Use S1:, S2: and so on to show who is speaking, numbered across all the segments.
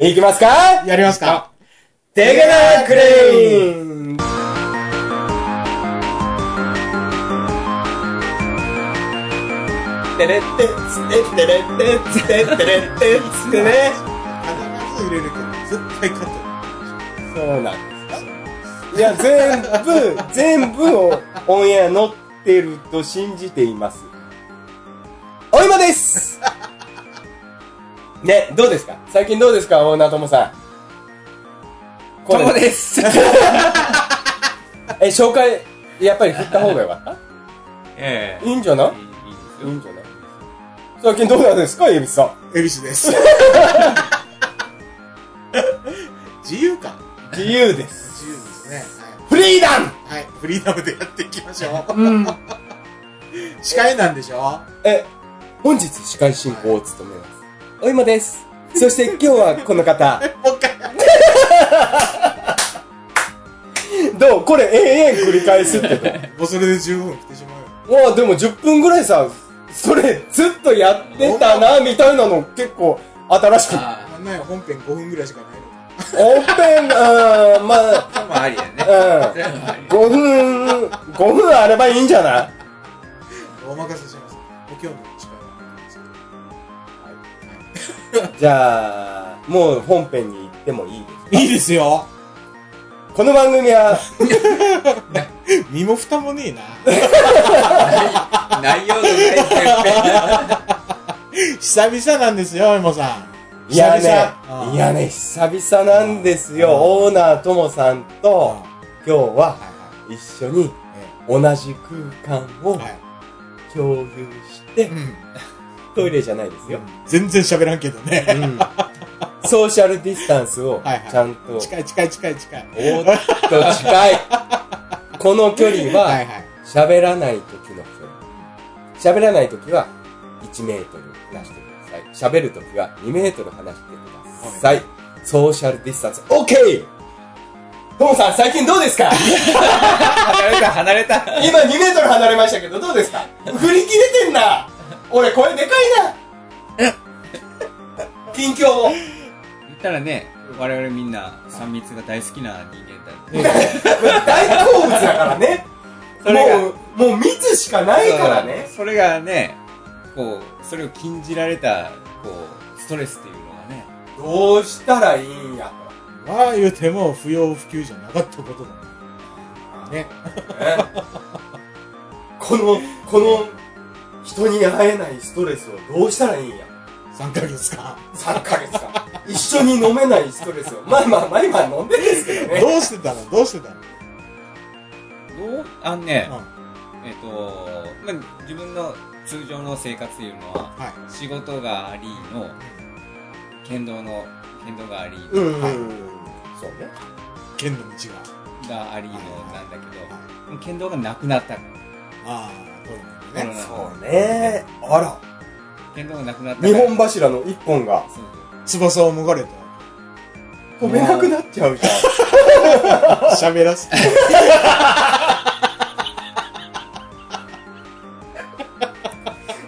S1: いきますか
S2: やりますか
S1: デガナークレインテレッテッツテレッテッツテレッテッテッツってね。
S2: 必ず入れるけど、絶対勝っ
S1: そうなんですよ。いや、全部、全部をオンエア乗ってると信じています。お今ですね、どうですか最近どうですかオーナーともさん。
S3: ここ
S1: れ、
S3: です。
S1: え、紹介、やっぱり振った方がよかった
S3: ええ
S1: いいんじゃない
S3: いいで
S1: い
S3: す
S1: い
S3: よ
S1: んじゃない最近どうなんですかエビさん。
S2: た。エビス です。自由か。
S1: 自由です。
S2: 自由ですね。
S1: フリーダム
S2: はい。はい。フリーダムでやっていきましょう。
S1: うん。
S2: 司会なんでしょ
S1: え、本日司会進行を務めます。おいもです。そして今日はこの方。
S2: もう一回。
S1: どうこれ永遠繰り返すってこ
S2: もうそれで十分来てしまうよ。
S1: と。まあでも10分ぐらいさ、それずっとやってたな、みたいなの結構新しく。
S3: あ
S2: なんなよ、本編5分ぐらいしかないの
S1: オ
S2: か。
S1: ーペン、うん、まあ、
S3: あ、まあありやね。
S1: うん。
S3: 全部あり。
S1: 5分、5分あればいいんじゃない
S2: お任せします。ご興味の力はありますけど。
S1: じゃあ、もう本編に行ってもいいです。
S2: いいですよ。
S1: この番組は、
S2: 身も蓋もねえな。
S3: 内容のない
S2: 久々なんですよ、エモさん。
S1: いや
S2: 久々
S1: ね、いやね、久々なんですよ。オーナーともさん
S2: うん
S1: と
S2: は、
S1: 今日はい
S2: は
S1: 一緒に同じ空間を
S2: い。はい。
S1: 共有して、
S2: うん。
S1: トイレじゃないですよ。
S2: 全然喋らんけどね。
S1: うんソーシャルディスタンスを
S2: はいはい
S1: ちゃんと、お
S2: 近い近い近い近い。
S1: ーっと近い。この距離
S2: はい
S1: は
S2: はい。
S1: 喋らない時の距離。喋らない時は1メートル離してください。喋る時は2メートル離してください。ソーシャルディスタンス、OK! トモさん、最近どう ですか
S3: 離れた、離れた。
S1: 今2メートル離れましたけど、どうですか振り切れてんな俺、声でかいな近況を。
S3: 言ったらね、我々みんな3密が大好きな人間だって。
S1: 大好物だからね。
S3: それが
S1: もう、もう蜜しかないからね。
S3: それがね、こう、それを禁じられた、こう、ストレスっていうのがね、
S1: どうしたらいいんや
S2: まあ言うても不要不急じゃなかったことだ
S1: と。
S2: ね。
S1: ねこの、この、人に会えないストレスをどうしたらいいんや。
S2: 3ヶ月か。
S1: 3ヶ月間。一緒に飲めないストレスを。まあまあ、毎晩飲んでるんですけどね。
S2: どうしてたのどうしてたの
S3: どう、あのね、
S2: うん
S3: えっ、と、まあ、自分の通常の生活というのは、
S2: はい。
S3: 仕事がありの、剣道の、剣道がありの、
S1: うん
S2: はい
S1: そうね。
S2: 剣の道
S3: がありの
S2: はい
S3: なんだけ
S2: が。はい。
S3: ど、剣道がなくなった。
S2: ああ、コロナでね。
S1: そうね。あら。
S3: 剣道がなくなったから。
S1: 日本柱の一本が
S3: そう
S2: 翼をも がれた。
S1: 飛べなくなっちゃうじゃ
S2: 喋らせて。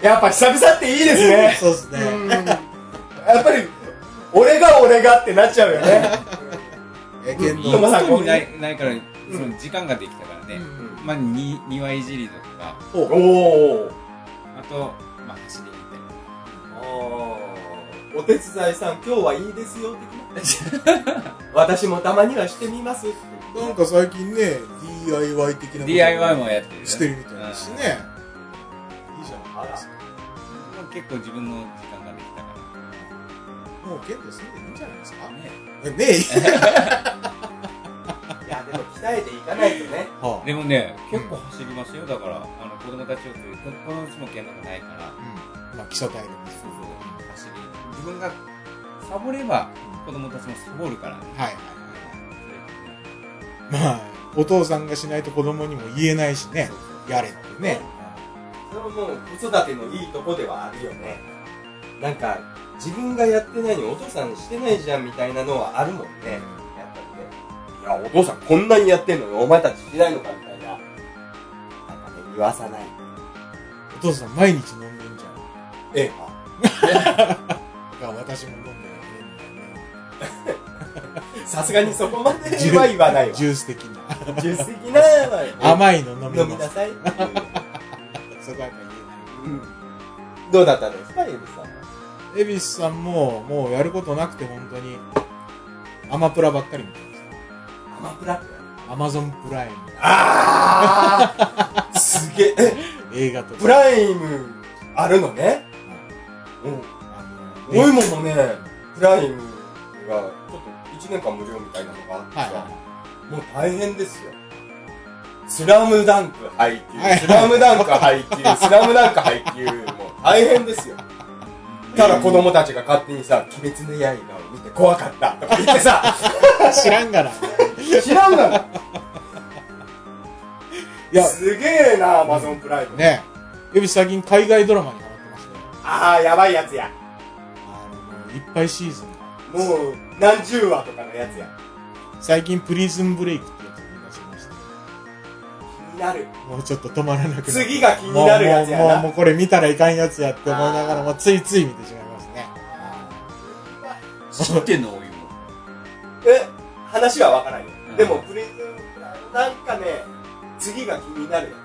S1: ん。 やっぱ久々っていいですね。
S2: そうですね。
S1: やっぱり、俺が俺がってなっちゃうよね。
S2: え、剣
S3: そう。
S1: でも
S2: 道。
S1: さ
S3: 本当にないないから、
S1: ん
S3: その時間ができたからね。まあ、に庭いじりとか、
S2: お
S1: おお。
S3: あと、まあ、走りに行ったりとか。
S1: お手伝いさん、今日はいいですよ、的な。 私もたまにはしてみます。
S2: なんか最近ね、DIY 的なこと。
S3: DIY もやってるよね。
S2: してるみたいだしね。いいじゃん。
S1: あら
S3: うん。まあ結構自分の時間ができたか。。
S2: もう剣道住んでいいんじゃないですから
S3: ね。
S2: えねえ。
S1: いや、でも鍛えていかないとね。
S2: はあ
S3: でもね、結構走りますよ。だから、あの、子供たちをという、ここのうちも剣道がないから、
S2: うん。まあ基礎体力です。
S3: そうそう、走り。自分がサボれば、子供たちもサボるからね。
S2: はいはいまあ、お父さんがしないと子供にも言えないしね
S3: そう、そう
S2: やれってね。
S1: それはもう子育てのいいとこではあるよね。なんか、自分がやってないのにお父さんしてないじゃんみたいなのはあるもんね。やっぱりね。いや、お父さんこんなにやってんのにお前たちしないのかみたいな。なんかね、言わさない。
S2: お父さん毎日飲んでんじゃん。
S1: ええ
S2: だから私も飲んでるんだよね。
S1: さすがに そこまでは言わないわ
S2: ジ。ュース的な。
S1: ジュース的な は
S2: 甘いの飲み
S1: 飲み
S2: ま
S1: な
S2: す。
S1: さいっていう。
S2: そこはやっぱ言
S1: うん どうだったんですか、ゆうさん。
S2: えない。恵比寿さんも、もうやることなくて本当に、アマプラばっかり見て
S1: ア
S2: ます。
S1: マプラ
S2: アマゾンプライム、
S1: ああすげえ。え
S2: 映画とか。
S1: プライム、あるのね。うん。
S2: あの
S1: 多いものね、プライムが、ちょっと1年間無料みたいなのがあってさ、
S2: はいは
S1: もう大変ですよ。スラムダンク配
S2: はい
S1: 給、スラムダンク配給、スラムダンク配給、もう大変ですよ。ただ子供たちが勝手にさ、鬼滅の刃を見て怖かったとか言ってさ、
S2: い。知らんがな。い
S1: 知らん がな。
S2: や、
S1: すげえな、アマゾンプライム。
S2: ねえ。恵比寿最近海外ドラマにハマってますね。
S1: ああ、やばいやつや。
S2: あの、もういっぱいシーズンが。
S1: もう、何十話とかのやつや。
S2: 最近プリズンブレイクってやつを見出しました。
S1: 気になる。
S2: もうちょっと止まらなくなって
S1: 次が気になるやつやな
S2: もうもうもうもうこれ見たらいかんやつやって思いながらもうついつい見てしまいます ね
S3: 知ってんのおいも
S1: え、話はわからんよ
S3: う。ん
S1: でも、プリズンプライムなんかね、次が気になるや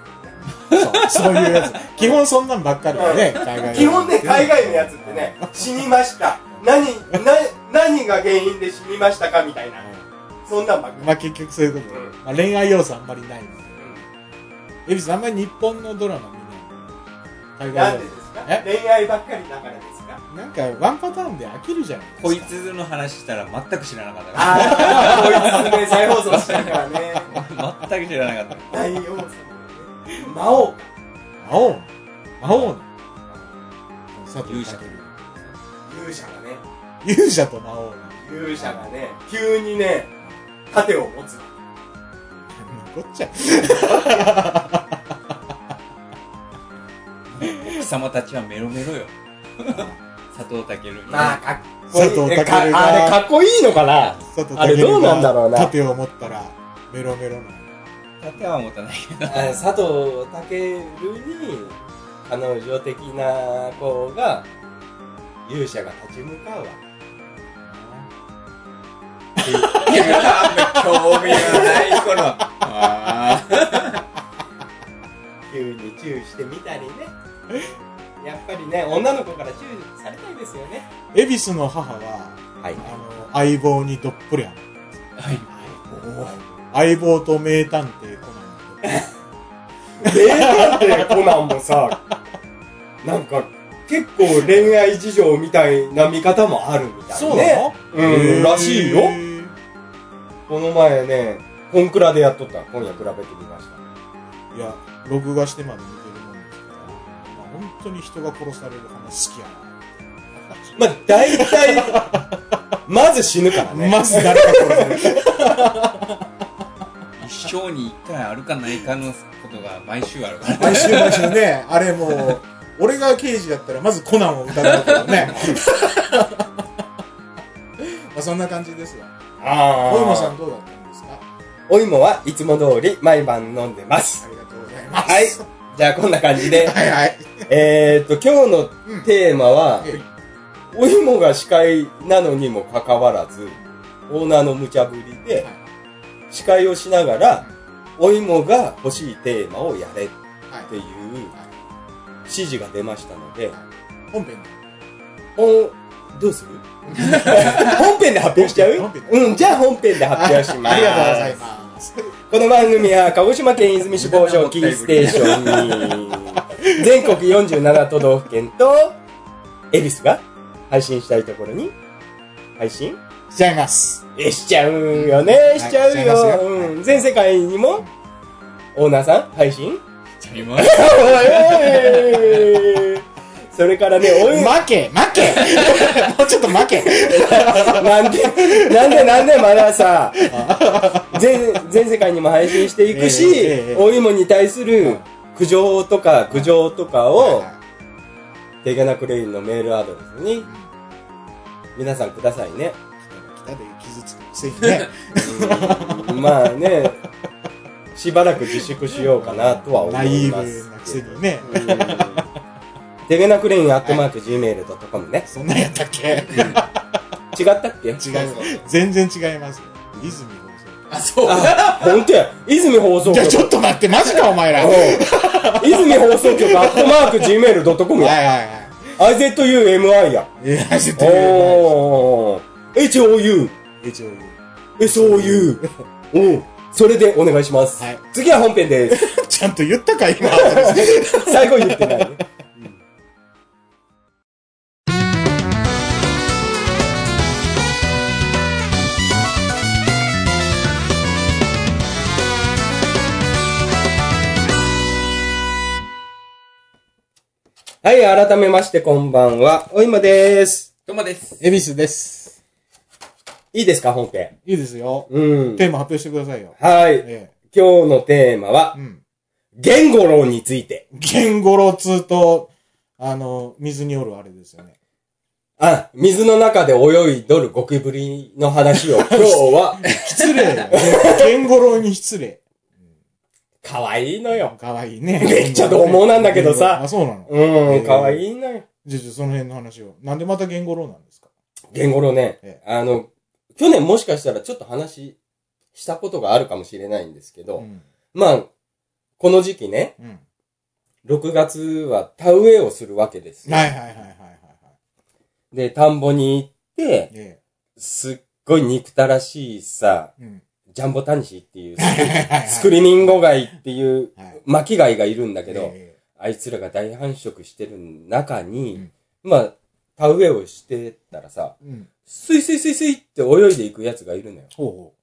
S2: そうそういうやつ基本そんなんばっかりだ ね海外
S1: つ。基本ね、海外のやつってね、死にました。何、な、何が原因で死にましたかみたいな。そんなんばっかり。
S2: まあ結局そういうことで、
S1: うん
S2: まあ、恋愛要素あんまりないので恵比寿あんまり日本のドラマ見ない海
S1: なん
S2: 外
S1: でで
S2: ドラ
S1: すか
S2: え
S1: 恋愛ばっかりだからですか
S2: マなんかワンパターンで飽きるじゃないですか
S3: こいつの話したら全く知らなかったか
S1: ああ、こいつね、再放送してるからね。
S3: ら全く知らなかっ
S1: 大王様ね。魔王か。
S2: 魔王の魔王の佐
S3: た
S2: 藤
S3: 勇者
S2: 健
S1: 勇者がね、
S2: 勇者と魔王の
S1: 勇者がね、急にね、盾を持つの。
S2: こっちゃ
S3: 貴様たちはメロメロよ佐藤健に
S1: まあ、かっこいい。
S2: 佐藤健
S1: えか
S2: が
S1: あれ、かっこいいのかな
S2: 佐藤健が
S1: あれどうなんだろうな
S2: 盾を持ったらメロメロな
S3: 盾は持たない けど
S1: えー佐藤健に彼女的な子が勇者が立ち向かうわ
S3: 興味がないこのああ
S1: 急にチューしてみ たりねやっぱりね女の子からチューされたいですよね
S2: 恵比寿の母は、
S1: はい
S2: あの相棒にどっぷりある相棒と名探偵コナンにどっぷり
S1: 名探偵コナンもさなんか結構恋愛事情みたいな見方もあるみたいねうんらしいよ
S2: へー
S1: この前ねコンクラでやっとった今夜比べてみました
S2: いや録画してまで見てるもんですから、まあ、本当に人が殺される話好きや
S1: まあ大 体まず死ぬから
S2: な
S1: ね
S2: まず誰か殺される
S3: 一生に一回あるかないかのことが毎週あるか ら
S2: 毎週毎週ねあれもう俺が刑事だったらまずコナンを疑うけどね まあそんな感じですわ
S1: あ
S2: 小山さんどうだったんですか
S1: お芋はいつも通り毎晩飲んでます。
S2: ありがとうございます。
S1: はい。じゃあこんな感じで
S2: はいはい
S1: えーっと、今日の
S2: うん
S1: テーマは、
S2: え
S1: お芋が司会なのにもかかわらず、オーナーの無茶ぶりで
S2: はい、
S1: 司会をしながら、お芋が欲しいテーマをやれっ
S2: はい
S1: ていう指示が出ましたので、
S2: 本編で
S1: 本、どうする本編で発表しちゃう
S2: 本編
S1: うん、じゃあ本編で発表します。
S2: ありがとうございます
S1: この番組は鹿児島県出水市防省キーステーション に全国47都道府県と恵比寿が配信したいところに配信
S2: しちゃいます
S1: えしちゃうよね、
S2: い
S1: しちゃう
S2: しちゃいます
S1: よ、
S2: よ
S1: うん、全世界にもオーナーさん配 信
S3: 今
S1: それからね、おい、
S2: 負け負けもうちょっと負け
S1: なんで、なんで、なんで、まださ、全、全世界にも配信していくし、
S2: ええええ
S1: お芋に対する苦情とか苦情とかを、テゲナクレインのメールアドレスに、皆さんください ね。
S2: 来たで傷つくくせにね
S1: まあね、しばらく自粛しようかなとは思
S2: ナ
S1: い
S2: イ
S1: ま
S2: ーブ
S1: す
S2: なく
S1: け
S2: せ
S1: ど。
S2: にね
S1: うんテゲナクレインアットマーク Gmail.com ね。
S2: そんなんやったっけ
S1: ち違ったっけ違う
S2: 違います。全然違います。泉放送。
S3: あ、そう。
S1: あ、ほんとや。泉放送
S2: い
S1: 局。
S2: や、ちょっと待って、マジか、お前ら。はい
S1: おう泉放送局、アットマーク、gmail.com
S2: は
S1: や。
S2: いは
S1: IZUMI や。
S2: い。いや、絶対言えない。
S1: おー。HOU。
S2: 一応言う
S1: SOU。うん。それでお願いします。
S2: はい
S1: 次は本編です。
S2: ちゃんと言ったか、今。
S1: 最後言ってないね。はい、改めましてこんばんは。おいもです。
S3: トマです。
S2: エビスです。
S1: いいですか、本編。
S2: いいですよ。
S1: うん。
S2: テーマ発表してくださいよ。
S1: はい。
S2: え
S1: 今日のテーマは
S2: え。う、ん。
S1: 言語論について。
S2: ゲンゴロツと、あの、水におるあれですよね。
S1: あ、水の中で泳いどるゴキブリの話を今日は、
S2: 失礼 だよ。ゲンゴロに失礼。
S1: 可愛いのよ。
S2: かわいいね。
S1: めっちゃ獰猛なんだけどさ
S2: あ、そうなの。
S1: うん、可愛いのよ。
S2: じゃあ、じゃあその辺の話を。なんでまたゲンゴロなんですか
S1: 言語論ね
S2: え、
S1: あの、去年もしかしたらちょっと話したことがあるかもしれないんですけ
S2: う
S1: ど、
S2: ん。
S1: まあ、この時期ね、
S2: うん。
S1: 6月は田植えをするわけですよ。
S2: はいはいはいはいはいはい。
S1: で、田んぼに行って、
S2: え
S1: すっごい憎たらしいさ、
S2: え。うん。
S1: ジャンボタニシって いう、スク
S2: 作
S1: リミンゴガイっていう
S2: はい。
S1: 巻き貝がいるんだけど、
S2: え
S1: あいつらが大繁殖してる中に、まあ、田植えをしてたらさ、
S2: えうん。
S1: スイスイスイスイって泳いでいくやつがいるのよ。
S2: ほうほ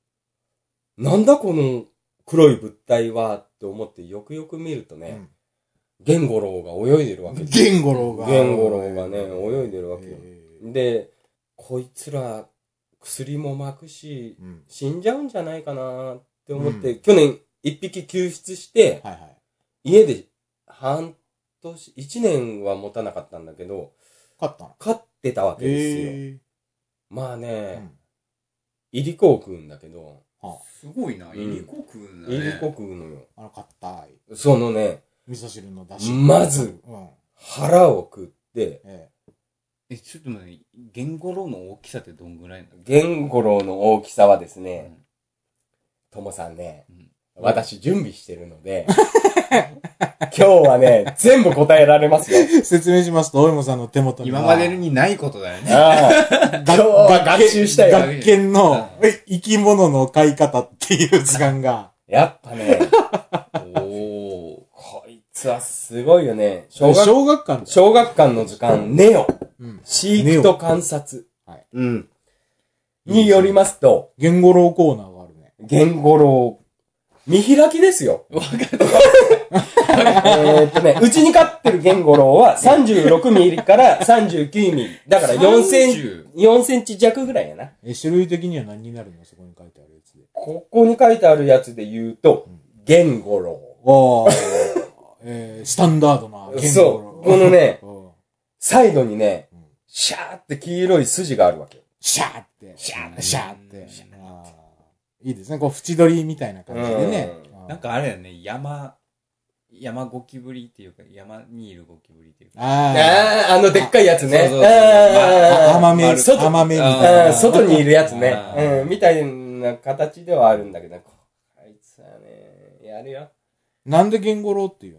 S1: なんだこの黒い物体はって思ってよくよく見ると
S2: う。
S1: ね、ゲンゴロウが泳いでるわけです。
S2: ゲンゴロウが。
S1: ゲンゴロウがね泳いでるわけよ
S2: ええ
S1: で、こいつら薬もまくし、
S2: うん。
S1: 死んじゃうんじゃないかなって思って、
S2: う
S1: 去年一匹救出して、
S2: はいはい。
S1: 家で半年、一年は持たなかったんだけど、
S2: 勝ったの
S1: 飼ってたわけですよ。
S2: え
S1: まあ
S2: え
S1: ね、
S2: う
S1: いりこを食うんだけど、
S3: すごいな。
S1: うん
S3: いりこ食うんだね。
S1: いりこ食うのよ。
S2: ん。あの、勝ったい。
S1: そのね、
S2: 味噌汁の出汁。
S1: まず。
S2: うん。
S1: 腹を食って、
S2: え
S3: え、ちょっと待って、ゲンゴロウの大きさってどんぐらいなの
S1: ゲンゴロウの大きさはです
S3: う
S1: ね、
S3: ん
S1: ともさんね、
S3: うん
S1: 私準備してるので、 今日はね、全部答えられますよ。
S2: え。説明しますと、大山さんの手元には。
S3: 今までにないことだよね。
S1: ああ
S2: が、
S1: 今日は
S2: が
S1: 学習したよ。
S2: 学研の、え生き物の飼い方っていう図鑑が。
S1: やっぱね、
S3: おー。
S1: こいつはすごいよね。小学、
S2: 小学館だよ。
S1: 小学館の図鑑、ネオ、
S2: うん。
S1: 飼育と観察。
S2: はい
S1: うん。によりますと、
S2: ゲンゴロウコーナーがあるね。
S1: ゲンゴロウ、見開きですよ。
S3: わかる。
S1: えーっとね、うちに飼ってるゲンゴロウは36ミリから39ミリ。だから4センチ、
S3: ン
S1: 4センチ弱ぐらいやな。
S2: え、種類的には何になるのそこに書いてあるやつで。
S1: ここに書いてあるやつで言うと、ゲンゴロ
S2: おー。 えー、スタンダードな
S1: ウ。
S2: ゲンゴ
S1: そう。
S2: ロウ。
S1: このね、
S2: うん
S1: サイドにね
S2: うん、
S1: シャーって黄色い筋があるわけ。
S2: シャーって。シャーって。シャーって
S3: シャ。
S2: あーいいですね。こう、縁取りみたいな感じでね。う
S3: なん、かあれだよね、山、山ゴキブリっていうか、山にいるゴキブリっていうか。
S2: あ
S1: ああ、あのでっかいやつね。
S3: そうそうそう
S2: あ。
S1: あ
S2: 甘め、
S1: 丸外
S2: 甘めみ
S1: あ
S2: たい
S1: ー
S2: な。
S1: 外にいるやつね
S3: あ。ー
S1: うん、みたいな形ではあるんだけど、こあいつはね、やるよ。
S2: なんでゲンゴロウっていう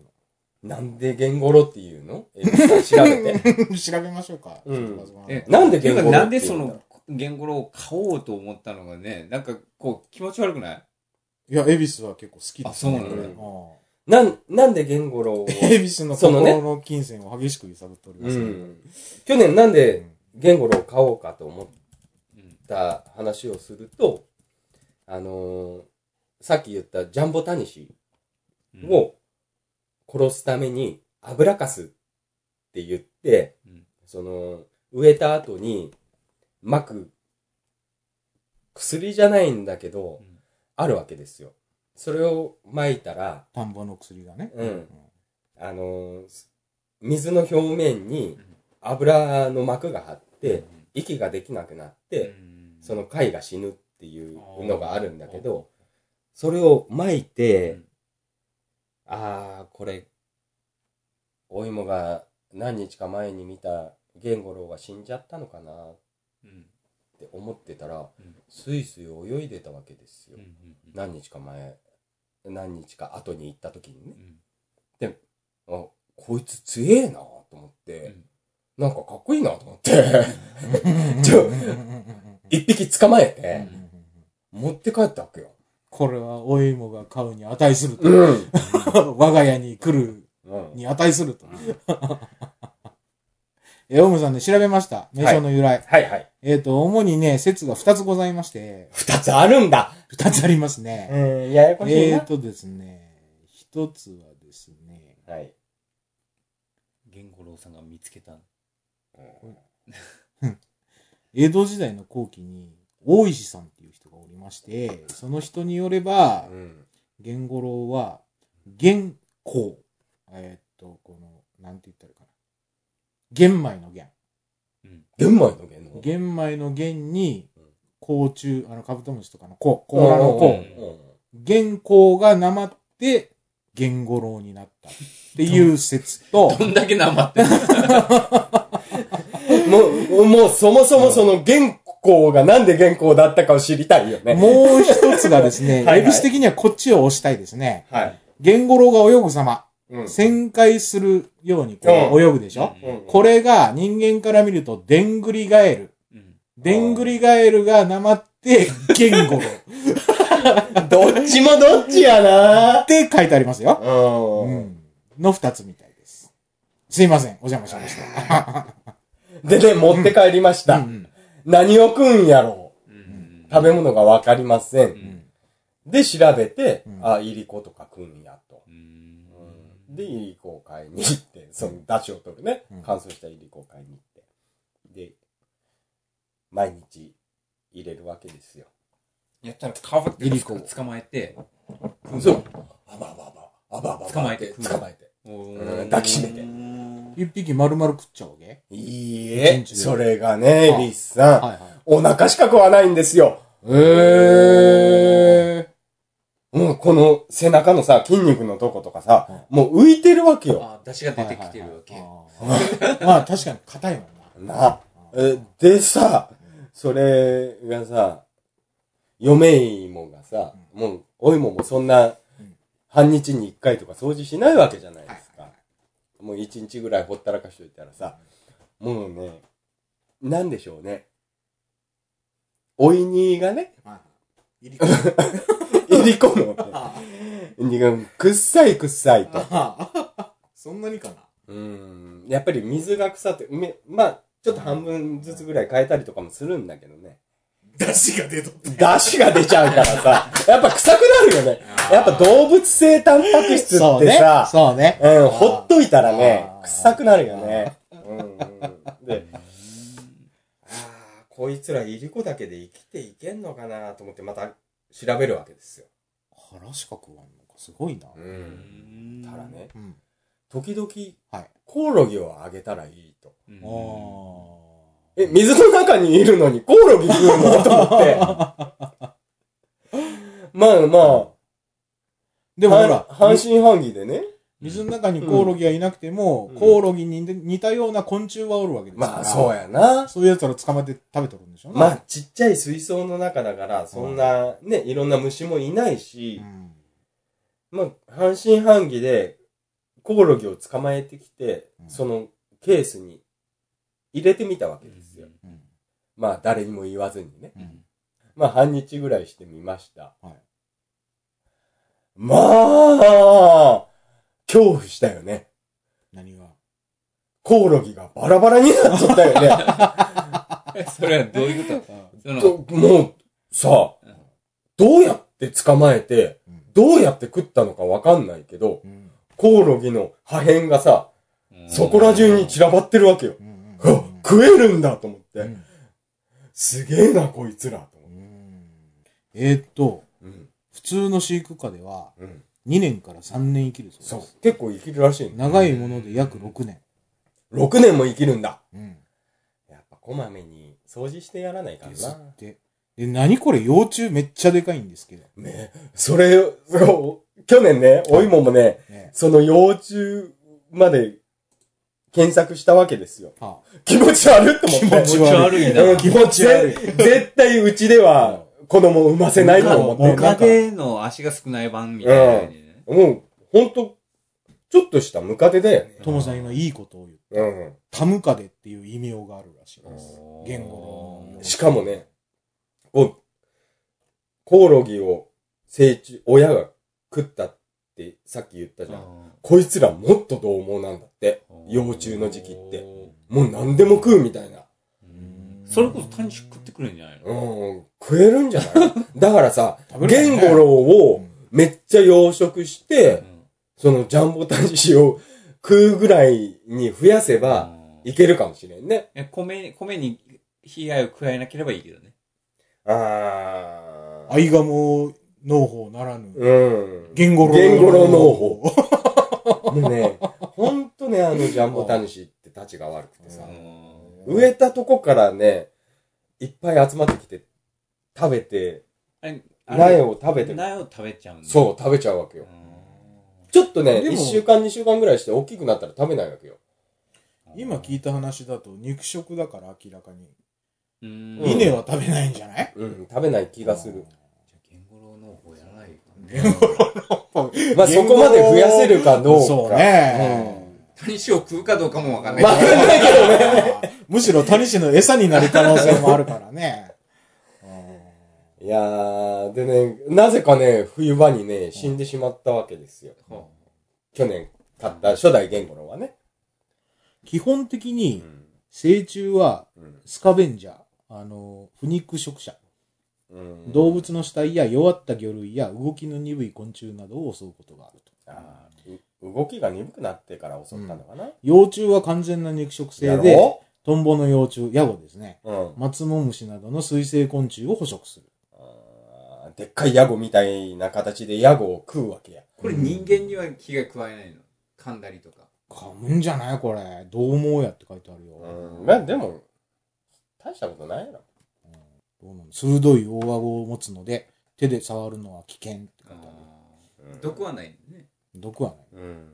S1: なんでゲンゴロっていうのえ調べて。
S2: の 調べましょうか。
S1: うん
S3: え
S1: なんでゲンゴロウ
S3: なんで
S1: ってい
S3: そう
S1: の
S3: のゲンゴロウを買おうと思ったのがね、なんかこう気持ち悪くない
S2: いや、エビスは結構好きです。
S3: あそうなん
S1: だ
S2: こ
S1: なん、なんでゲンゴロ ウを。
S2: れうんエビスの心の金銭を激しく揺さぶっておりま
S1: う
S2: すね。
S1: ん。去年なん
S2: う
S1: で
S2: ん
S1: ゲンゴロウを買おうかと思っ
S3: うん。
S1: た話をすると、あのーさっき言ったジャンボタニシを殺すために油かすって言って、
S3: うん
S1: その、植えた後に撒く薬じゃないんだけど、
S3: うん
S1: あるわけですよ。それを撒いたら、
S2: 田んぼの薬がね。
S1: うんあのーす水の表面に
S3: うん
S1: 油の膜が張って、
S3: うん
S1: 息ができなくなっ
S3: う
S1: て、
S3: ん
S1: その貝が死ぬっていうのがあるんだけど、それを撒いて、
S3: うん
S1: ああ、これ、お芋が何日か前に見たゲンゴロウが死んじゃったのかなっ
S3: うん
S1: って思ってたら、
S3: うん
S1: スイスイ泳いでたわけですよ、
S3: うんうん
S1: 何日か前何日か後に行った時にね
S3: う、ん
S1: あこいつ強えなと思って、なんかかっこいいなと思ってち ょ一匹捕まえて、持って帰ったわけよ
S2: これはお芋が買うに値すると。
S1: ん、
S2: 我が家に来る
S1: うん
S2: に値すると。え、オウムさんね、調べました。名称の由来。
S1: はいはい
S2: えっ、と、主にね、説が2つございまして、
S1: 二つあるんだ
S2: 2つありますね。
S1: うんややこしい
S2: え
S1: な、
S2: っ、とですね、1つはですね、
S1: はい
S3: 源五郎さんが見つけた
S2: 江戸時代の後期に大石さんっていう人がおりまして、その人によれば
S1: う、ん
S2: 源五郎は、源公。えっ、と、この、なんて言ったらいいかな。玄米の玄。
S1: 玄米の玄の
S2: 玄米の玄に
S1: うん、甲
S2: 甲虫、あの、カブトムシとかの甲、甲羅の甲。
S3: う
S2: 玄甲がなまって、玄五郎になった。っていう 説と、
S3: どんだけなまってんの
S1: もう、もうそもそもその原稿がなんで原稿だったかを知りたいよね。
S2: もう一つがです
S1: は
S2: ね、
S1: いはい
S2: エビス的にはこっちを押したいですね。
S4: はい。
S2: 玄五郎が泳ぐ様。
S4: うん。
S2: 旋回するようにこう泳ぐでしょ、
S4: うん
S2: これが人間から見ると、でんぐりガエル。
S3: うん
S2: でんぐりガエルがなまって、ゲンゴロっ
S1: どっちもどっちやな
S2: て書いてありますよ。う
S1: うん。
S2: ん。の二つみたいです。すいません、お邪魔しました。
S1: でね、持って帰りました。
S2: うん
S1: 何を食うんやろう
S3: うん
S1: 食べ物がわかりません。
S3: う
S2: うんん
S1: で、調べて、
S2: うん
S1: あ、いりことか食うんやと。
S3: うん
S1: で、いりこを買いに行って、その、出汁を取るね
S2: うん。
S1: 乾燥したいりこを買いに行って。で、毎日入れるわけですよ。
S3: やったらかぶって
S2: リリコ
S3: 捕まえて
S1: そう。あばあばあば。あばあばあば。
S3: 捕まえて
S1: 捕まえて。
S3: うん
S1: 抱きしめて
S3: うん
S2: 一匹丸々食っちゃうわけ
S1: いい
S2: 一
S1: え、
S2: 日で
S1: それがね、
S2: あ
S1: エビスさん、
S2: はいはい。
S1: お腹しか食わないんですよ。
S2: え
S1: もうこの背中のさ、筋肉のとことかさ、もう浮いてるわけよ。
S3: あ出汁
S2: ー。
S3: が出てきてるわけ
S2: はいはいはいあーまあ確かに硬いもん
S1: な。
S2: な。
S1: えでさ、それがさ、嫁いもがさ、もう、おいももそんな
S2: うん、
S1: 半日に一回とか掃除しないわけじゃないですか。もう一日ぐらいほったらかしといたらさ、もうね、なんでしょうね。おいにが ね、
S2: まあいり
S1: いりこのね、
S2: あ
S1: にがくっさいくっさいと。
S2: ーそんなにかな
S1: うん。やっぱり水が腐って、めまあ、ちょっと半分ずつぐらい変えたりとかもするんだけどね。
S2: 出汁が出とって。
S1: 出汁が出ちゃうからさ、やっぱ臭くなるよね。やっぱ動物性タンパク質
S2: そ
S1: っ
S2: う
S1: て
S2: ね
S1: さ、。
S2: そうね。
S1: うん、ほっといたらね
S2: あ、ー
S1: 臭くなるよね。うんうん。で、
S4: ああ、こいつらいりこだけで生きていけんのかなと思ってまた調べるわけですよ。
S2: 腹しか食わんのか、すごいな。
S1: うん。たらね、
S2: うん。
S1: 時々、
S2: はい
S1: コオロギをあげたらいいと。
S3: うん
S2: あ
S1: え、水の中にいるのにコオロギ食うのと 思って。まあまあ、
S2: ーでもほら、
S1: 半信半疑でね。
S2: 水の中にコオロギはいなくても、
S1: うん
S2: コオロギに似たような昆虫はおるわけですから。
S1: まあ、そうやな。
S2: そういうやつら捕まえて食べとるんでしょうね
S4: まあ、ちっちゃい水槽の中だから、そんな、ね、いろんな虫もいないうし、
S2: ん
S4: まあ、半信半疑で、コオロギを捕まえてきて
S2: う、ん
S4: そのケースに入れてみたわけですよ。
S2: うん
S1: まあ、誰にも言わずにね。
S2: うん
S1: まあ、半日ぐらいしてみました。
S2: はい
S1: まあ、恐怖したよね。
S2: 何が
S1: コオロギがバラバラになっとったよ ね。
S3: それはどういうことその
S1: ともう、さ
S3: うん、
S1: どうやって捕まえて、
S2: うん
S1: どうやって食ったのかわかんないけど、
S2: うん
S1: コオロギの破片がさ、そこら中に散らばってるわけよ。
S2: うん
S1: うわ食えるんだと思って。
S2: うん
S1: すげえな、こいつら。と思
S2: う
S1: って
S2: んえーっと、
S1: うん。
S2: 普通の飼育下では
S1: うん。
S2: 2年から3年生きるそ
S1: そうう
S2: です。。
S1: 結構生きるらしいね。
S2: 長いもので約6年。
S1: 6年も生きるんだ。
S2: うん。
S1: やっぱこまめに掃除してやらないかん
S2: です
S1: な
S2: っ。て。で、何これ幼虫めっちゃでかいんですけど。
S1: ねそれ、そう去年ね、おいももね、
S2: ね
S1: その幼虫まで検索したわけですよ。
S2: は
S1: 気持ち悪いと思って。
S2: 気持ち悪
S3: いな
S1: うん気持ち悪い。絶対うちでは子供産ませないと思って。な
S3: 他
S1: んか
S3: での足が少ない版みたいなね。
S1: もう、ほんと、ちょっとしたムカデだよね。
S2: あ。ともさん今いいことを言う。
S1: うん。
S2: タムカデっていう異名があるらしいです。
S3: おー
S2: 言語の。
S1: しかもね、こう、コオロギを成虫、親が食ったってさっき言ったじゃん。こいつらもっと獰猛なんだって。幼虫の時期って。もう何でも食うみたいな。
S3: うんそれこそ単に食ってくれんじゃないの
S1: うん、食えるんじゃないだからさ、
S2: 食べれ
S1: ゲン
S2: るよね
S1: ゴロウ
S2: う
S1: を
S2: ん
S1: めっちゃ養殖して、そのジャンボタジシを食うぐらいに増やせば、
S3: い
S1: いけるかもしれんね。
S3: や米、米に被害を加えなければいいけどね。
S1: あ
S2: アイガモ農法ならぬ、
S1: うん。
S2: ゲンゴロウ
S1: ゲンゴロウ農法。もうね、ほんとね、あのジャンボタヌシってたちが悪くてさ
S2: う、
S1: 植えたとこからね、いっぱい集まってきて、食べて、苗
S3: 苗を
S1: を食べて、
S3: 苗を食べちゃうんだ。
S1: そう、食べちゃうわけ
S3: う
S1: よ。
S3: ん。
S1: ちょっとね、
S2: でも
S1: 1週間2週間ぐらいして大きくなったら食べないわけよ。
S2: 今聞いた話だと肉食だから明らかに。
S3: うん、
S2: 稲は食べないんじゃない
S1: うん、食べない気がする。
S3: じゃあゲンゴロウ農法やらないよ。
S2: ゲンゴロウ農法。
S1: まあそこまで増やせるかどうか。
S2: そうね。
S3: 谷氏を食うかどうかもわかんない。
S1: まあ、
S2: むしろ谷氏の餌になる可能性もあるからね。
S1: いやー、でね、なぜかね、冬場にね、死んでしまったわけですよ。
S3: ほ
S1: 去年買った初代言語のはね。
S2: 基本的
S1: う
S2: に
S1: ん。
S2: 成虫はスカベンジャー、あの、腐肉食者、
S1: うん
S2: 動物の死体や弱った魚類や動きの鈍い昆虫などを襲うことがあると。
S1: あーう動きが鈍くなってから襲ったのかな、
S2: 幼虫は完全な肉食性
S1: や
S2: で、
S1: ろ
S2: トンボの幼虫、ヤゴですね。
S1: う、うん、
S2: マツモムシなどの水生昆虫を捕食する。
S1: あーでっかいヤゴみたいな形でヤゴを食うわけや。
S3: うこれ人間には気が加えないの噛んだりとか。
S2: 噛むんじゃないこれ。どう思うやって書いてあるよ。
S1: うん。まあでも、大したことないやろ。
S2: どうなの鋭い大顎を持つので、手で触るのは危険って書いてあるよ。
S1: うん
S3: 毒はないんだね。
S2: 毒はない。
S1: うん
S2: うん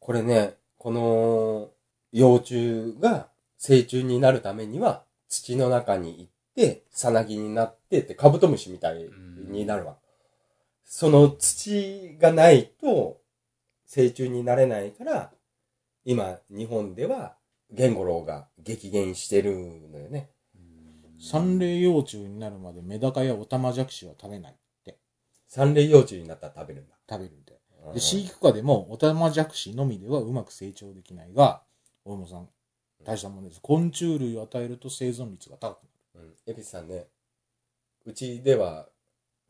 S1: これね、この幼虫が成虫になるためには土の中に行って、さなぎになってってカブトムシみたいになるわ。その土がないと成虫になれないから、今日本ではゲンゴロウが激減してるのよね。
S2: 三霊幼虫になるまでメダカやオタマジャクシは食べない。
S1: 三類幼虫になったら食べるんだ。
S2: 食べるんで。
S1: うん
S2: で、飼育下でもオタマジャクシのみではうまく成長できないが、大野さん、大したもんです。昆虫類を与えると生存率が高く
S1: うんエビスさんね、うちでは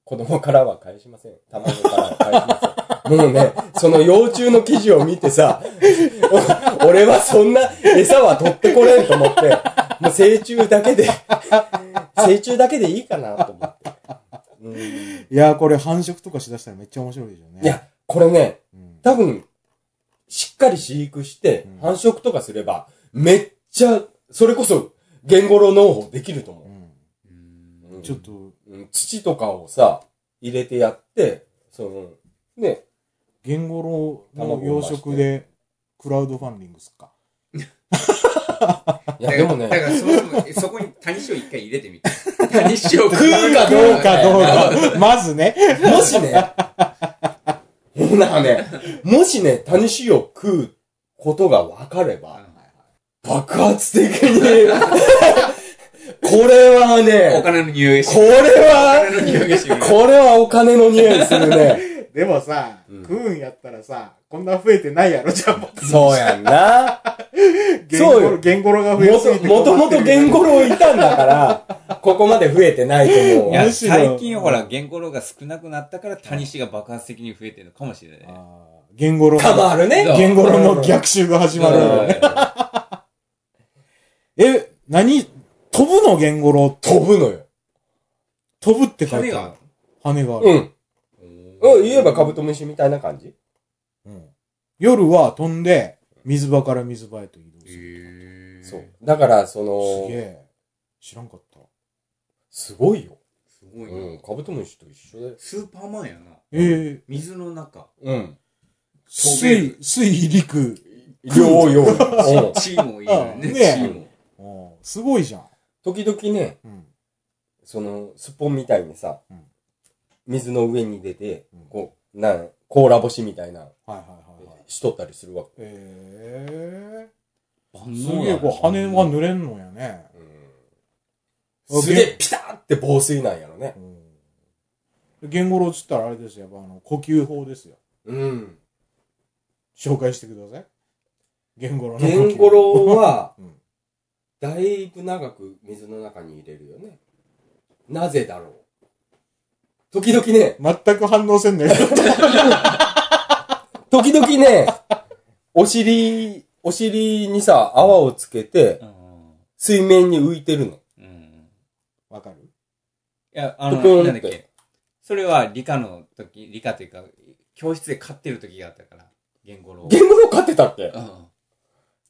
S1: 子供からは返しません。卵からは返しません。もうね、その幼虫の記事を見てさ、 お俺はそんな餌は取ってこれんと思って、もう成虫だけで、成虫だけでいいかなと思って。うん、い
S2: いやー、これ繁殖とかしだしたらめっちゃ面白いでしょうね。
S1: や、これね、
S2: うん、
S1: 多分、しっかり飼育して
S2: うん
S1: 繁殖とかすれば、めっちゃ、それこそ、ゲンゴロウ農法できると思う
S2: う。ん
S3: うん
S1: うん
S2: ちょっと、
S1: うん土とかをさ、入れてやって、その、ね、
S2: ゲンゴロウの養殖でクラウドファンディングすっか。
S1: いやでも
S3: だか
S1: ね、
S3: らそもそも、えそこに谷氏を一回入れて みて。谷氏を
S1: 食うかどう
S2: かどうか。まずね。
S1: もし ね、ほらね、もしね、タニシを食うことが分かれば、爆発的に、 これは
S3: お
S1: ね、
S3: 金の匂いし
S1: これ
S3: お金の
S1: は、
S3: 匂いがしてくる。
S1: これはお金の匂いする ね。
S2: でもさ、
S1: うん
S2: 食うんやったらさ、こんな増えてないやろ、じゃあもう。
S1: そうやんな。
S2: ゲン
S1: そ
S2: ゴ
S1: うよ
S2: ロウ、ゲンゴロウが増え
S1: も
S2: すぎ
S1: と
S2: て
S1: もともとゲン
S2: ロ
S1: ゴロウいたんだから、ここまで増えてないと思う
S3: い
S1: わ。
S3: や
S2: むしろ
S3: 最近ほら、ゲンゴロウが少なくなったから、谷氏が爆発的に増えてるのかもしれないね。
S2: ウ。ゲンゴロウ
S1: たまるね。
S3: そう
S2: ゲンゴロウの逆襲が始まる
S1: う
S2: よ
S1: ん
S2: ね。え、何飛ぶのゲンゴロウ
S1: 飛ぶのよ。
S2: 飛ぶって書いて
S3: 種が
S2: ある。羽がある。
S1: うん。
S3: う
S1: うん、言えばカブトムシみたいな感じ
S2: うん夜は飛んで、水場から水場へと移動する。
S1: そう。だから、そ
S2: すげ
S1: の、
S2: え。知らんかった。
S1: すごいよ。
S3: すごいうな。
S1: ん、カブトムシと一緒だよ。
S3: スーパーマンやな。
S2: ええ
S3: 水の中。
S1: うん。
S3: 飛べ
S2: 水、水陸、
S1: ようよう。うん
S3: チームもいいよ
S2: ね
S3: ね。チーム。
S2: おーすごいじゃん。
S1: 時々ね、
S2: うん。
S1: その、スッポンみたいにさ
S2: うん、
S1: 水の上に出て
S2: うん、
S1: こう、なん、甲羅干しみたいな、
S2: はいはいはいはい。
S1: しとったりするわけ。
S2: え
S3: 万
S2: え
S3: 能
S2: す
S3: やな
S2: げえ、こう、羽は濡れんのやね。
S1: うんすげえ、ピターって防水なんやろね
S2: う。ん。言語っつったらあれですよ。やっぱあの、呼吸法ですよ。
S1: うん。
S2: 紹介してください。言語の呼吸
S1: ゲンゴロは
S2: うん、
S1: だいぶ長く水の中に入れるよね。なぜだろう。時々ね、
S2: 全く反応せ んね。
S1: 時々ね、お尻、お尻にさ、泡をつけて、
S3: う
S1: 水面に浮いてるの。
S3: ん。うん。
S2: わかる
S3: いや、あ
S1: プクン
S3: の、
S1: って
S3: なんだっけ。それは理科の時、理科というか、教室で飼ってる時があったから、言語論。
S1: ゲンゴロ飼ってたっけ
S3: うん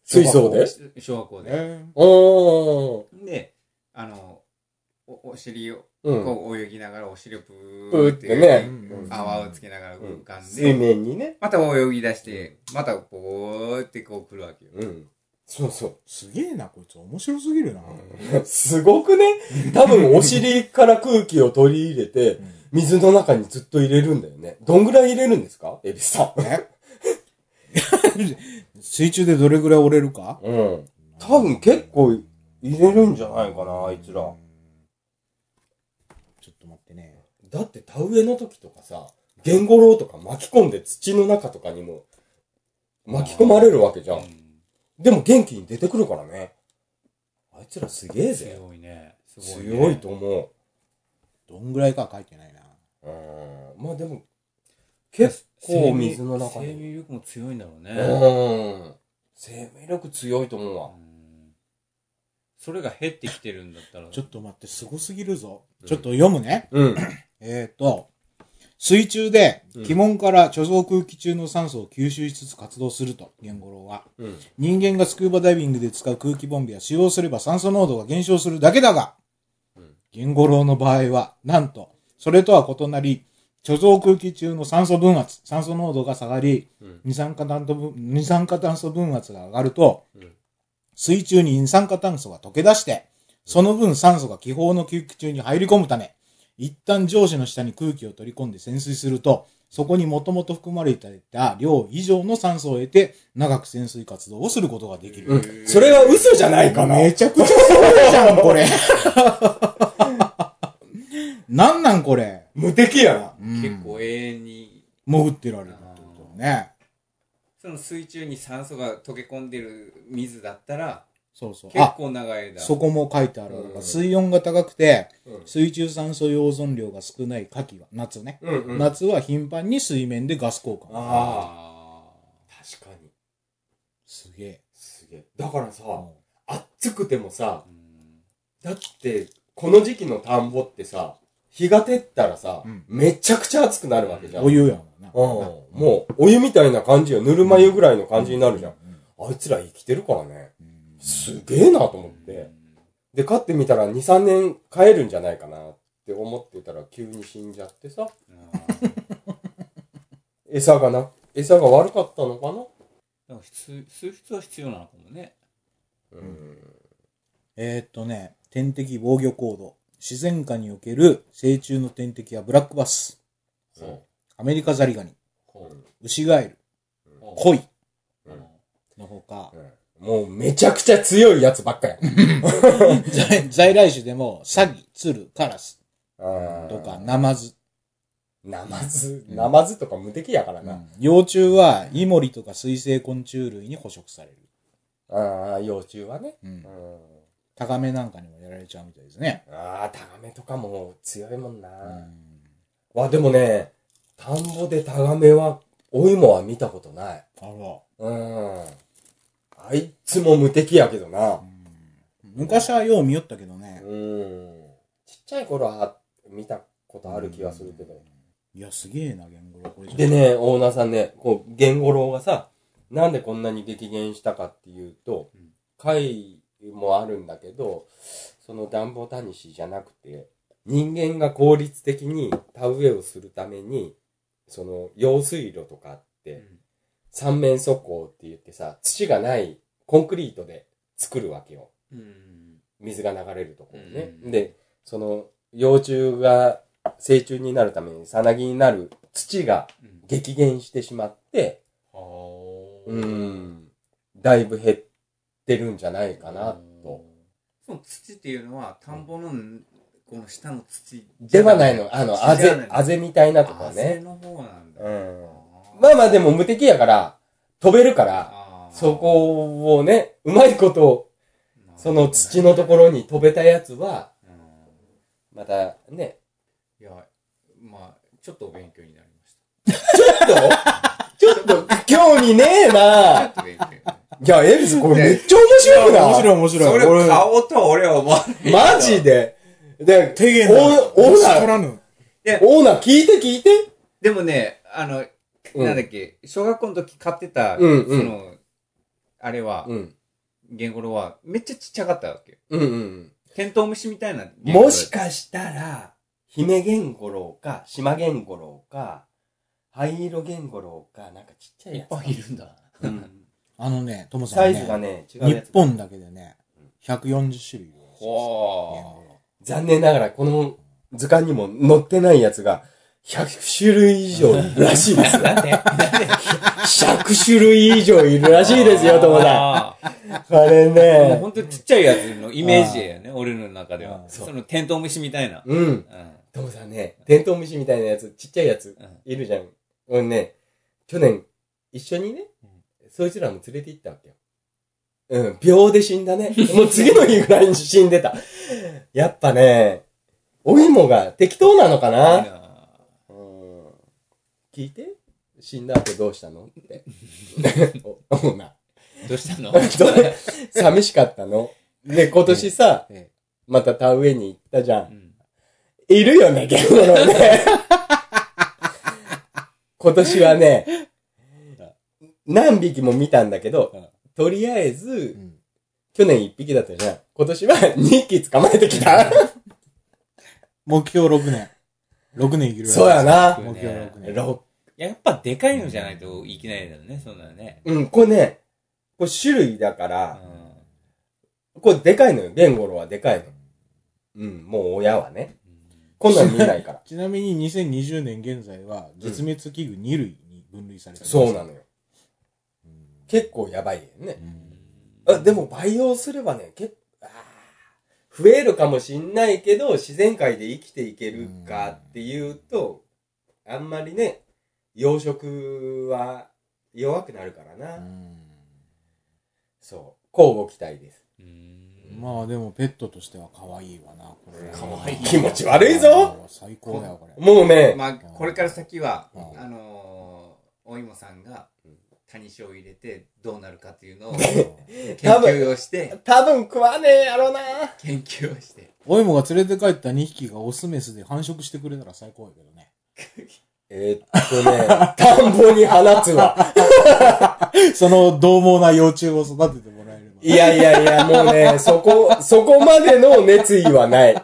S1: 水槽で
S3: 小学校で。
S2: え
S1: おー。
S3: で、あの、おお尻を、
S1: うん。
S3: こう泳ぎながらお尻をプ
S1: プ
S3: ー
S1: ー
S3: っ
S1: っててね
S2: うん
S3: 泡をつけながら
S1: うん
S3: 浮かん
S1: 水
S3: で、
S1: 面にね。
S3: また泳ぎ出して、またこうってこう来るわけよ。
S1: うん。そうそ
S2: すげえな、こいつ。面白すぎるな。
S1: う。すごくね多分お尻から空気を取り入れて、水の中にずっと入れるんだよね。どんぐらい入れるんですかエビさ
S2: え 水中でどれぐらい折れるか
S1: ん。うん。多分結構入れるんじゃないかな、あいつら。
S2: ちょっと待ってね。
S1: だって田植えの時とかさ、ゲンゴロウとか巻き込んで土の中とかにも巻き込まれるわけじゃん。でも元気に出てくるからね。あいつらすげえぜ。
S3: 強いね。すごいね
S1: 強いと思
S2: どんぐらいかは書いてないな。
S1: う。うん。まあでも、結構水の中
S3: 生
S1: に。
S3: 命力も強いんだろう
S1: う
S3: ね。
S1: ん。生命力強いと思うわ。
S3: うんそれが減ってきてるんだったら。
S2: ちょっと待って、すごすぎるぞ。
S1: うん
S2: ちょっと読むね。
S1: うん。
S2: えっ、と、水中で
S1: うん
S2: 気門から貯蔵空気中の酸素を吸収しつつ活動すると、ゲンゴロウは。
S1: うん。
S2: 人間がスクーバダイビングで使う空気ボンベは使用すれば酸素濃度が減少するだけだが、
S1: うん
S2: ゲンゴロウの場合は、なんと、それとは異なり、貯蔵空気中の酸素分圧、酸素濃度が下がり、
S1: うん
S2: 二酸化炭素分二酸化炭素分圧が上がると、
S1: うん
S2: 水中に二酸化炭素が溶け出して、その分酸素が気泡の空気中に入り込むため、一旦上司の下に空気を取り込んで潜水すると、そこにもともと含まれていた量以上の酸素を得て、長く潜水活動をすることができる。
S1: うん。それは嘘じゃないかな。
S2: めちゃくちゃすごいじゃん、これ。 なんなん、これ。
S1: 無敵やな。
S2: うん
S3: 結構永遠に、
S2: 潜ってられるってことだね。
S3: その水中に酸素が溶け込んでる水だったら、
S2: そうそう。
S3: 結
S2: あ、
S3: 構長い間。
S2: そこも書いてある
S1: う。ん
S2: 水温が高くて、
S1: うん
S2: 水中酸素溶存量が少ない夏季は、夏ね。
S1: うんうん。確
S2: 夏は頻繁に水面でガス交換。
S1: あ
S3: あ
S1: かに。
S2: すげえ。
S1: すげえ。だからさ、
S2: うん
S1: 暑くてもさ
S3: あ。、うん
S1: だって、この時期の田んぼってさ、日が照ったらさ、
S2: うん
S1: めちゃくちゃ暑くなるわけじゃん。
S2: お湯やもんな。
S1: うん。もう、お湯みたいな感じよ。ぬるま湯ぐらいの感じになるじゃん。あいつら生きてるからね。
S2: うん。
S1: すげえなと思って。で、飼ってみたら2、3年飼えるんじゃないかなって思ってたら急に死んじゃってさ、
S3: あー
S1: 餌がな、餌が悪かったのか
S3: だから必須水質は必要なのかもね。
S1: なうん。
S2: えーっとね、天敵防御行動。自然界における成虫の天敵はブラックバス、
S1: そう。
S2: アメリカザリガニ、
S3: こう
S2: ウシガエル、
S3: こう
S2: コイ
S1: うん
S2: のほか、
S1: もうめちゃくちゃ強いやつばっかや。
S2: 在在来種でもサギ、ツル、カラスと
S1: と
S2: かナマズ。
S1: ナマズ、ナマズとか無敵やからな。
S2: 幼虫はイモリとか水生昆虫類に捕食される。
S1: ああ、幼虫はね。
S2: うん
S1: う。ん。
S2: タガメなんかにもやられちゃうみたいですね。
S1: ああ、タガメとかも強いもんな。
S2: うん
S1: わ、でもね、田んぼでタガメは、お芋は見たことない。
S2: あら。
S1: うん。あいつも無敵やけどな。
S2: 昔はよう見よったけどね。
S1: うん。ちっちゃい頃は見たことある気がするけど。
S2: いや、すげえな、言語がこれじゃ
S1: で。ね、オーナーさんね、こう、ゲンゴロウがさ、なんでこんなに激減したかっていうと
S3: うん、
S1: 貝もあるんだけど、その暖房タニシじゃなくて、人間が効率的に田植えをするために、その用水路とかあって、三面測光って言ってさ、土がないコンクリートで作るわけよ。
S3: うん。
S1: 水が流れるところね。
S3: うん
S1: で、その、幼虫が成虫になるために、さなぎになる土が
S3: うん
S1: 激減してしまって、
S3: はー
S1: うん、だいぶ減ってるんじゃないかな、と。
S5: その土っていうのは、田んぼの、この下の土
S1: ではないの、あの、あ
S5: じゃ
S1: ぜ
S5: ない、
S1: あぜみたいなと
S5: あ
S1: か
S5: ぜ
S1: ね。
S5: の方なんだ。
S1: うん。
S5: あ
S1: まあまあでも無敵やから、飛べるから、
S5: あー
S1: そ、こをね、うまいこと、その土のところに飛べたやつは、
S5: うん
S1: またね、
S5: いや、まあ、ちょっとお勉強になりまし
S1: ちょっと、興味ねえ
S5: た。
S1: な
S5: ちょっと勉強になりま
S1: いや、エルスこれめっちゃ面白いな。
S2: 面白い面
S5: したそ
S2: 白い。
S5: れ買
S2: 俺、
S5: おうとは俺は思わない。
S1: マジで。で、
S2: 手芸
S1: オー
S2: な
S1: オー
S2: し
S1: ナー、
S2: 取らぬ。
S1: オーナー聞いて聞いて。
S5: でもね、あの、
S1: うん
S5: なんだっけ、小学校の時買ってた、
S1: うんうん
S5: その、あれは、
S1: うん。
S5: ゲンゴロは、めっちゃちっちゃかったわけよ。
S1: うんうん。
S5: テントウムシみたいな。
S1: もしかしたら、姫玄五郎か、島玄五郎か、灰色玄五郎か、なんかちっちゃい
S3: い
S1: や
S3: っ
S1: つ
S3: ぱ
S1: が。
S3: いいるんだ。
S1: うん
S2: あのね、ともさ
S1: サ
S2: ん
S1: イズが
S2: ね、
S1: ね、違う
S2: 日
S1: やつ。
S2: 本だけでね、140種類。
S5: ほ
S1: 残念ながら、この図鑑にも載ってないやつが、100種類以上いるらしい ですよ。100種類以上いるらしいですよ、友さ
S5: あー
S1: ん。これ
S5: もう
S1: ね。
S5: 本当にちっちゃいやつのイメージやね、俺の中では
S2: あ。ー
S5: そのテントウムシみたいな。
S1: うん。
S5: うん。
S1: 友さんね、テントウムシみたいなやつ、ちっちゃいやつ、
S5: うん
S1: いるじゃん。俺ね、去年、一緒にね、そいつらも連れて行ったわけよ。うん、秒で死んだ ね。もう次の日ぐらいに死んでた。やっぱね、お芋が適当なのか
S5: いい
S1: な
S5: なあ
S1: うん聞いて死んだ後どうしたのって。 おオーナ
S3: どうしたの
S1: ー どう寂しかったので、今年さ
S3: ええ、
S1: また田植えに行ったじゃん。
S3: ん
S1: いるよ ね、ゲームのね。今年はね、何匹も見たんだけど、とりあえず、
S2: うん
S1: 去年1匹だったじゃん。今年は2匹捕まえてきた。
S2: 目標6年。6年生きるらしい
S1: そうやな。
S2: 目標6年。。
S1: 6
S3: やっぱでかいのじゃないといけないだよね、そんなのね。
S1: うん、これね、これ種類だか
S3: う
S1: ら、
S3: ん
S1: これでかいのよ。ゲンゴロはでかいの。うん、もう親はね。こんなん見ないから
S2: ちなみに2020年現在は、絶滅危惧2類に分類されてま す。
S1: そうなのよ。
S2: うん。
S1: 結構やばいよね
S2: う。ん
S1: あでも培養すればね、結構、あー増えるかもしんないけど、自然界で生きていけるかっていうと、あんまりね、養殖は弱くなるからな。そう。交互期待です。
S3: うん
S2: まあでもペットとしては可愛いわな、これ。
S5: 可愛い
S1: 気持ち悪いぞ
S2: 最高だよ、これ。
S1: もうね、
S5: まあ、これから先は
S2: う、ん
S5: あのー、お芋さんが
S1: うん、
S5: タニシを入れてどうなるかっていう のを研
S1: 多分
S5: 究をして、
S1: 多分食わねえやろな。
S5: 研究をして。
S2: おいもが連れて帰った2匹がオスメスで繁殖してくれたら最高やけど ね。
S1: えーっと ね、田んぼに放つわ。
S2: その獰猛な幼虫を育ててもらえれば。
S1: いやいやいや、もうね、そこ、そこまでの熱意はない。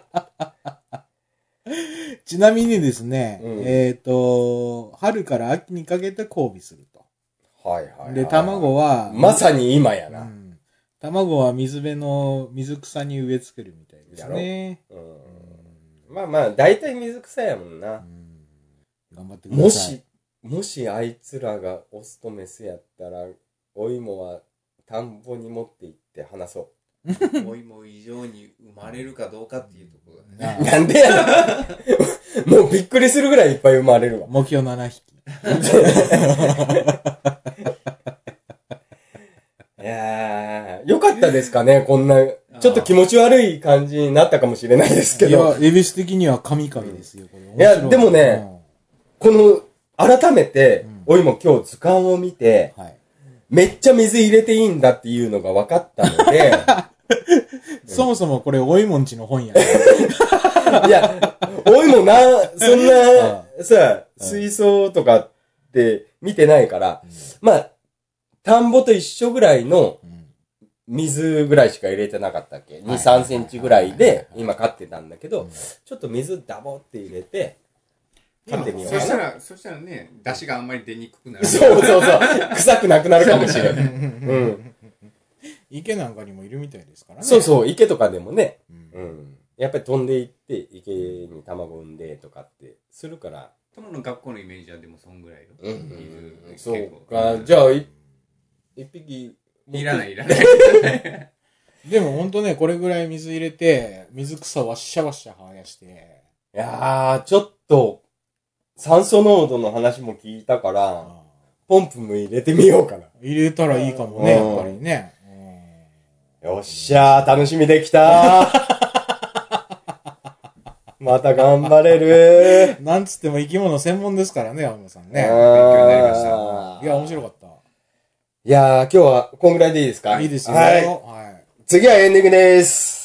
S2: ちなみにですね、
S1: うん
S2: えっ、と、春から秋にかけて交尾すると。
S1: はいはいはい
S2: で、卵は、
S1: まさに今や
S2: う
S1: な。
S2: ん卵は水辺の水草に植え付けるみたいですね。
S1: うん
S2: う
S1: まあまあ、大体水草やもんな。
S2: ん頑張ってくだ
S1: も
S2: さい。
S1: し、もしあいつらがオスとメスやったら、お芋は田んぼに持って行って話そ
S5: お芋以上に生まれるかどうかっていうところだね。
S1: う。
S2: なあ
S1: なんでやねん もうびっくりするぐらいいっぱい生まれるわ。
S2: 目標7匹。
S1: いやー、よかったですかね、こんな、ちょっと気持ち悪い感じになったかもしれないですけ
S2: いや
S1: ど、、
S2: エビス的には神々ですよ、これ。
S1: いや
S2: 面白
S1: でもね、この、改めて
S2: うん、
S1: お芋今日図鑑を見て、
S2: うんはい。
S1: めっちゃ水入れていいんだっていうのが分かったので、
S2: そもそもこれ、おいもんちの本やね。
S1: いや、おいもな、そんな、さ、
S2: うん
S1: 水槽とかって見てないから、まあ、田んぼと一緒ぐらいの
S2: うん
S1: 水ぐらいしか入れてなかったっけ ?2、
S2: はいはいはい
S1: 3センチぐらいで、今飼ってたんだけど、
S2: うん
S1: ちょっと水ダボって入れて、勝手には
S5: そしたら、そしたらね、出汁があんまり出にくくなる。
S1: そうそうそう。臭くなくなるかもしれ ない。うん。
S2: 池なんかにもいるみたいですからね。
S1: そうそう、池とかでもね。
S2: うん。
S1: うん。やっぱり飛んでいって、池に卵産んでとかってするから。
S5: 友の学校のイメージはでもそんぐらいよ。いる
S1: そうか。じゃあ、い一匹。
S5: いらない、いらない。
S2: でもほんとね、これぐらい水入れて、水草ワッシャワッシャ生やして、
S1: いやー、ちょっと、酸素濃度の話も聞いたから、
S2: あ
S1: ポンプも入れてみようかな。
S2: ー入れたらいいかもね、
S1: うん
S2: やっぱりね。
S1: よっしゃー、楽しみできたー。 また頑張れる
S2: うんなんつっても生き物専門ですからね、青山さん
S1: ー。
S2: ね。
S5: 強になりました
S1: あー
S2: いや、面白かっ
S1: いやー、今日はこんぐらいでいいです
S2: た。
S1: か
S2: いいですよ。
S1: はい。
S2: はい
S1: 次はエンディングです。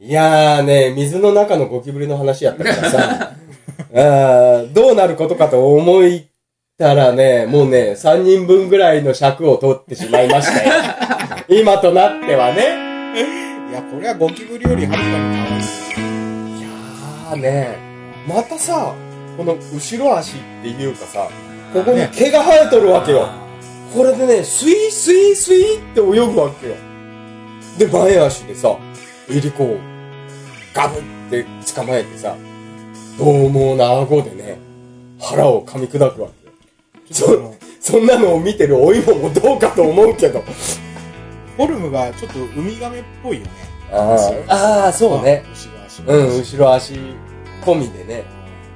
S1: いやーね、水の中のゴキブリの話やったからさ、あーどうなることかと思いたらね、もうね、3人分ぐらいの尺を取ってしまいましたよ。今となってはね。
S2: いや、これはゴキブリよりはるかに可愛いで
S1: い
S2: す。
S1: やーね、またさ、この後ろ足っていうかさ、ここに毛が生えとるわけよ。これでね、スイスイスイって泳ぐわけよ。で、前足でさ、エリコをガブって捕まえてさ、獰猛な顎でね、腹を噛み砕くわけよ。
S2: ちょっとあの
S1: そんなのを見てるおいももどうかと思うけど。
S2: フォルムがちょっとウミガメっぽいよね。
S1: あーあー、そうね。
S2: まあ。牛が足が
S1: うん、後ろ足込みでね。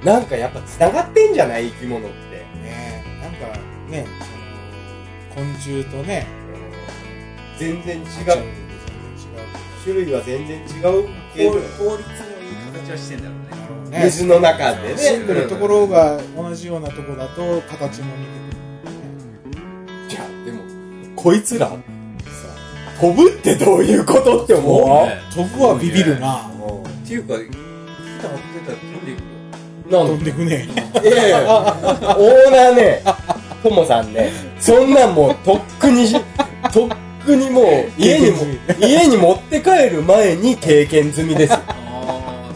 S1: なんかやっぱ繋がってんじゃない生き物って。
S2: ねえ、なんかね、その、昆虫とね、
S1: 全然違う。
S2: 爬虫
S1: 種
S2: 類で
S1: 類は全然違うけど、
S5: 効率のいい形はしてんだろうね。
S2: 全然違う。
S1: 水の中でね。
S2: 住んでるところが同じようなとこだと形も似てくる、
S1: じゃあ、でも、こいつら、さ、飛ぶってどういうことって思う
S2: 飛ぶはビビるな。
S5: っていうか、普段追ってたら飛んでいくよ。
S1: な
S2: 飛
S1: ん
S2: んでくね。
S1: いやいや、オーナーね、ともさんね、そんなんもう、とっくにし、とっくにもう、家にも、家に持って帰る前に経験済みです。
S5: ああ、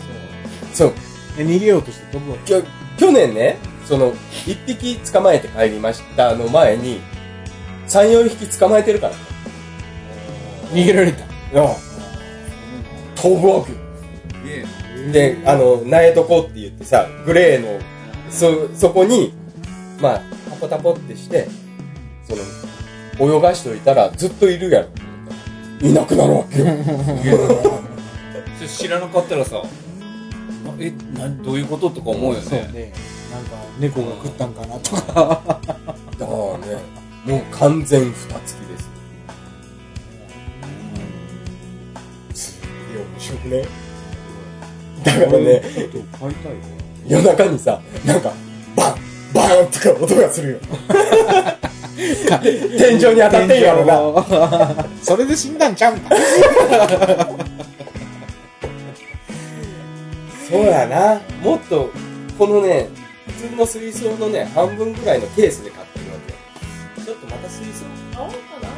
S5: そう。
S1: そう、
S2: え逃げようとして飛ぶわけ。
S1: きょ去年ね、その、一匹捕まえて帰りましたの前に、三、四匹捕まえてるから。
S2: 逃げられた。
S1: 飛ぶわけよ
S5: すげえな。
S1: で、あの、苗床って言ってさ、グレーの、そ、そこに、まあ、タポタポってして、その、泳がしといたらずっといるやろ。いなくなるわけよ。
S3: それ知らなかったらさ、なえ、などういうこととか思うよ
S2: そう
S3: ね。
S2: ね。なんか、猫が食ったんかなとか。
S1: だからね、もう完全蓋付きです。すげえ面白くね。だから ね、
S2: ちょっと買いたいよ。
S1: 夜中にさ、なんか、バンバーンとか音がするよ。天井に当たってんやろな。
S2: それで死んだんちゃうんか。
S1: そうやな。もっと、このね、普通の水槽のね、半分ぐらいのケースで買ってるわけよ。ちょっとまた水槽買おうかな。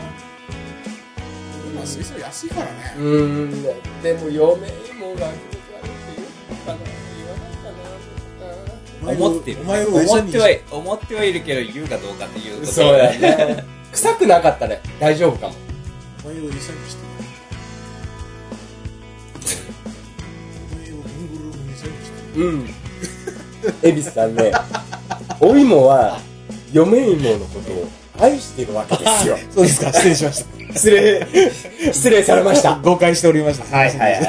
S2: まあ、水槽安いからね。
S1: うーん、でも嫁もが気持ち悪いって言うかな。言わないか
S3: 思ってる
S2: お前を餌
S3: 思っ
S2: に
S3: てはい、思ってはいるけど、言うかどうかっていうこ
S1: な。
S3: と
S1: そうやね。臭くなかったら大丈夫かも。
S2: お前を餌にしてない。お前をブングルーに餌にしてない。
S1: うん。恵比寿さんね、お芋は、嫁芋のことを愛してるわけですよ。
S2: そうですか、失礼しまし。
S1: 失礼、失礼されましたた。
S2: 誤解しておりました。はいはいはい。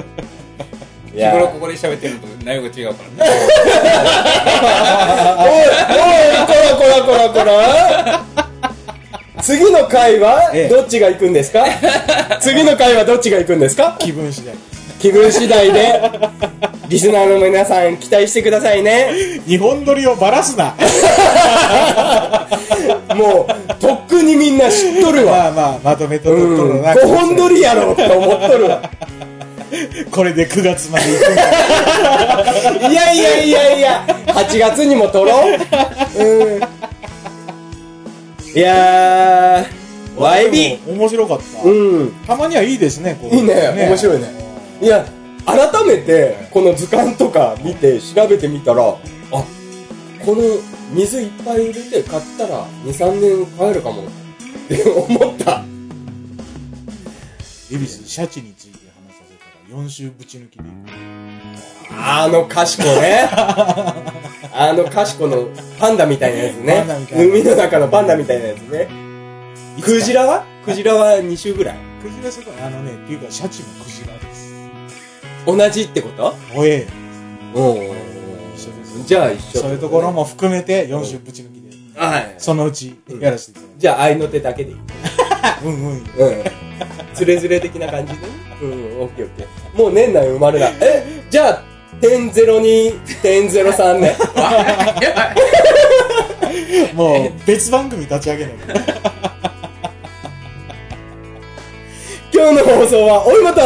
S1: い
S3: 日
S1: や
S3: 頃ここで喋ってるのと内容が違うからね。
S1: おい、おい、こらこらこらこら。次の回は
S2: ええ
S1: どっちが行くんですか、次の回はどっちが行くんですか
S2: 気分次第。
S1: 気分次第で、リスナーの皆さん期待してくださいね。
S2: 日本撮りをバラすな。
S1: もう、とっくにみんな知っとるわ。
S2: まあまあ、まとめと
S1: う
S2: っ
S1: ん、
S2: とるな。
S1: 5本撮りやろって思っとるわ。
S2: これで9月まで行くんだ。
S1: いやいやいやいや、8月にも撮ろう。うん。いやー、わエビ
S2: 面白かった。
S1: うん。
S2: たまにはいいですね、こう
S1: いいね面白いね。いや、改めて、この図鑑とか見て、調べてみたら、あ、この水いっぱい入れて買ったら、2、3年買えるかも、って思った。
S2: 恵比寿シャチについて話させたら4週ぶち抜きでいく。
S1: あのかしこ ね。あのかしこのパンダみたいなやつ
S2: パンダみ
S1: ね。
S2: たいな
S1: 海の中のパンダみたいなやつね。クジラはクジラは2週ぐらい。
S2: クジラそこあのね、っていうかシャチもクジラです。
S1: 同じってこと
S2: おえ、一緒です
S1: うん。じゃあ一緒。
S2: そういうところ。も含めて4週ぶち抜きで、
S1: はい。
S2: そのうちやらせていただき
S1: じゃあ、愛の手だけでいい。
S2: ます。うんう
S1: う
S2: ん。
S1: ん。つれづれ的な感じでね。うん、オッケーオッケー。もう年内生まれない。 え、じゃあ、点ゼロ二、点ゼロ三 ね。
S2: もう別番組立ち上げないから。
S1: 今日の放送は、おいもと、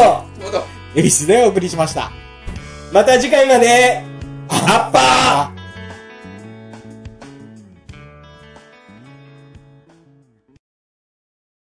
S5: まだ
S2: 恵比寿でお送りしました。
S1: また次回まで、アッパー